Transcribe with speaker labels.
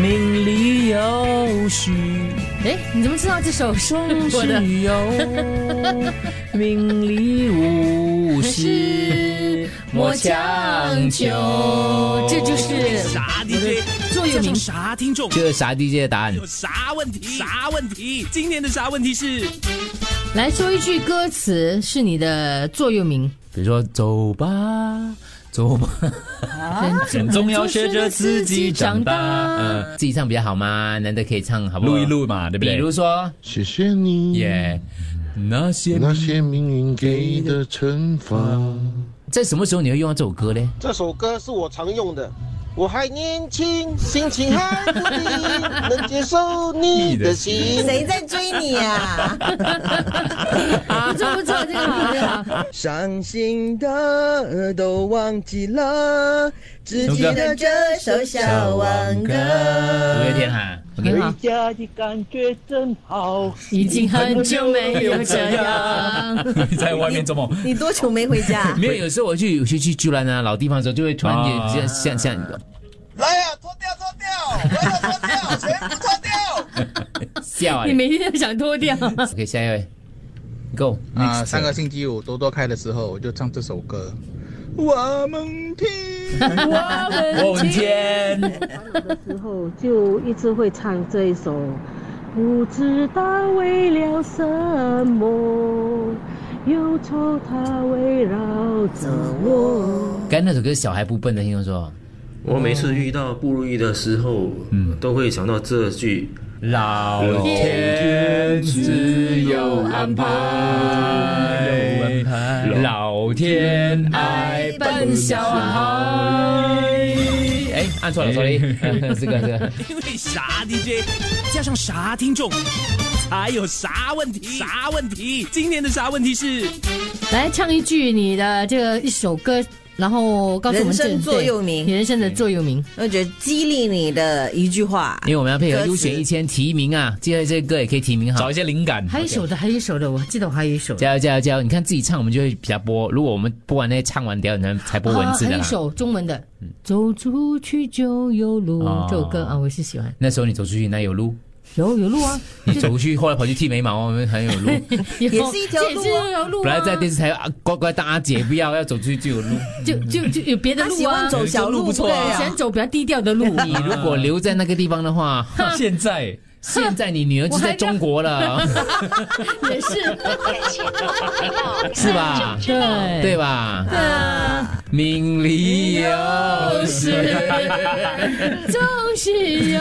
Speaker 1: 命里有时
Speaker 2: 哎，你怎么知道这首是
Speaker 1: 终
Speaker 2: 我的？
Speaker 1: 是有，命里 无时莫强求。
Speaker 2: 这就是
Speaker 3: 啥
Speaker 2: 我的
Speaker 3: DJ？
Speaker 2: 座右铭
Speaker 3: 这是啥听众？
Speaker 1: 这是啥 DJ 的答案？
Speaker 3: 有啥问题？啥问题？今天的啥问题是？
Speaker 2: 来说一句歌词是你的座右铭，
Speaker 1: 比如说走吧，走吧，
Speaker 2: 很
Speaker 3: 啊
Speaker 1: 很重要，学着自己长大。嗯、
Speaker 2: 嗯，
Speaker 1: 自己唱比较好嘛，难得可以唱，好不好？
Speaker 3: 录一录嘛，对不对？嗯
Speaker 1: 比如说，
Speaker 4: 谢谢你，
Speaker 1: 耶、那些
Speaker 4: 那些命运给的惩罚。
Speaker 1: 在什么时候你会用到这首歌呢？
Speaker 5: 这首歌是我常用的。我还年轻，心情还不 低，能接受你的心。
Speaker 6: 谁在追你啊？
Speaker 2: 不错啊不错，这个啊好这个好。
Speaker 7: 伤心的都忘记了，只记得这首小挽歌。
Speaker 1: 五月天哈、
Speaker 3: 啊
Speaker 2: 你好，
Speaker 8: 家的感觉真好。
Speaker 2: 已经很久没有这样。
Speaker 3: 在外面做梦。
Speaker 6: 你多久没回家？
Speaker 1: 没有，有时候我去有些去居兰啊老地方的时候，就会突然
Speaker 3: 啊
Speaker 1: 间像像
Speaker 5: 来呀、脱掉，脱掉，我要脱掉，全部脱掉。
Speaker 1: 像笑啊！
Speaker 2: 你每天都想脱掉，
Speaker 1: OK，下一位，Go
Speaker 3: 哦
Speaker 9: 啊，上个星期五多多开的时候，我就唱这首歌。我们听，
Speaker 1: 我们天，
Speaker 8: 时候就一直会唱这一首，不知道为了什么，忧愁它围绕着我。
Speaker 1: 刚才那首歌《小孩不笨》的，听说
Speaker 10: 我每次遇到不如意的时候，嗯，都会想到这句。
Speaker 1: 老天自有安排，老天爱笨小孩。哎，按错了，sorry，这个这个。
Speaker 3: 因为啥 DJ 加上啥听众，才有啥问题？啥问题？今天的啥问题是？
Speaker 2: 来唱一句你的这个一首歌，然后告诉我们
Speaker 6: 人生
Speaker 2: 这
Speaker 6: 座右铭
Speaker 2: 对你人生的座右铭。
Speaker 6: 我觉得激励你的一句话，
Speaker 1: 因为我们要配合优选
Speaker 6: 歌词
Speaker 1: 一千提名啊，接下来这个歌也可以提名哈
Speaker 3: 找一。些灵感。
Speaker 2: 还有一首的，还有一首的，我记得我还有一首。
Speaker 1: 加油加油加油！你看自己唱，我们就会比较播。如果我们播完那些唱完，等一下你才播文字
Speaker 2: 啊还
Speaker 1: 的
Speaker 2: 有一
Speaker 1: 啦。
Speaker 2: 首中文的，走出去就有路
Speaker 1: 哦，
Speaker 2: 这首歌啊，我是喜欢。
Speaker 1: 那时候你走出去，那有路；
Speaker 2: 有有路啊，
Speaker 1: 你走 出去，后来跑去剃眉毛，我们很有路。
Speaker 2: 也
Speaker 6: 也是一条路啊
Speaker 2: 也是一条路啊。
Speaker 1: 本来在电视台啊，乖乖当阿姐，不要要走出去就 有路。
Speaker 2: 就就就有别的
Speaker 6: 他
Speaker 2: 路
Speaker 6: 喜欢
Speaker 2: 啊，
Speaker 6: 走小路，对啊
Speaker 2: 想，走比较低调的 路。
Speaker 1: 你如果留在那个地方的话，
Speaker 3: 现在
Speaker 1: 现在你女儿就在中国了，
Speaker 2: 也是，
Speaker 1: 是吧？
Speaker 2: 对
Speaker 1: 对吧？对啊， 名利有时。
Speaker 2: 总是有。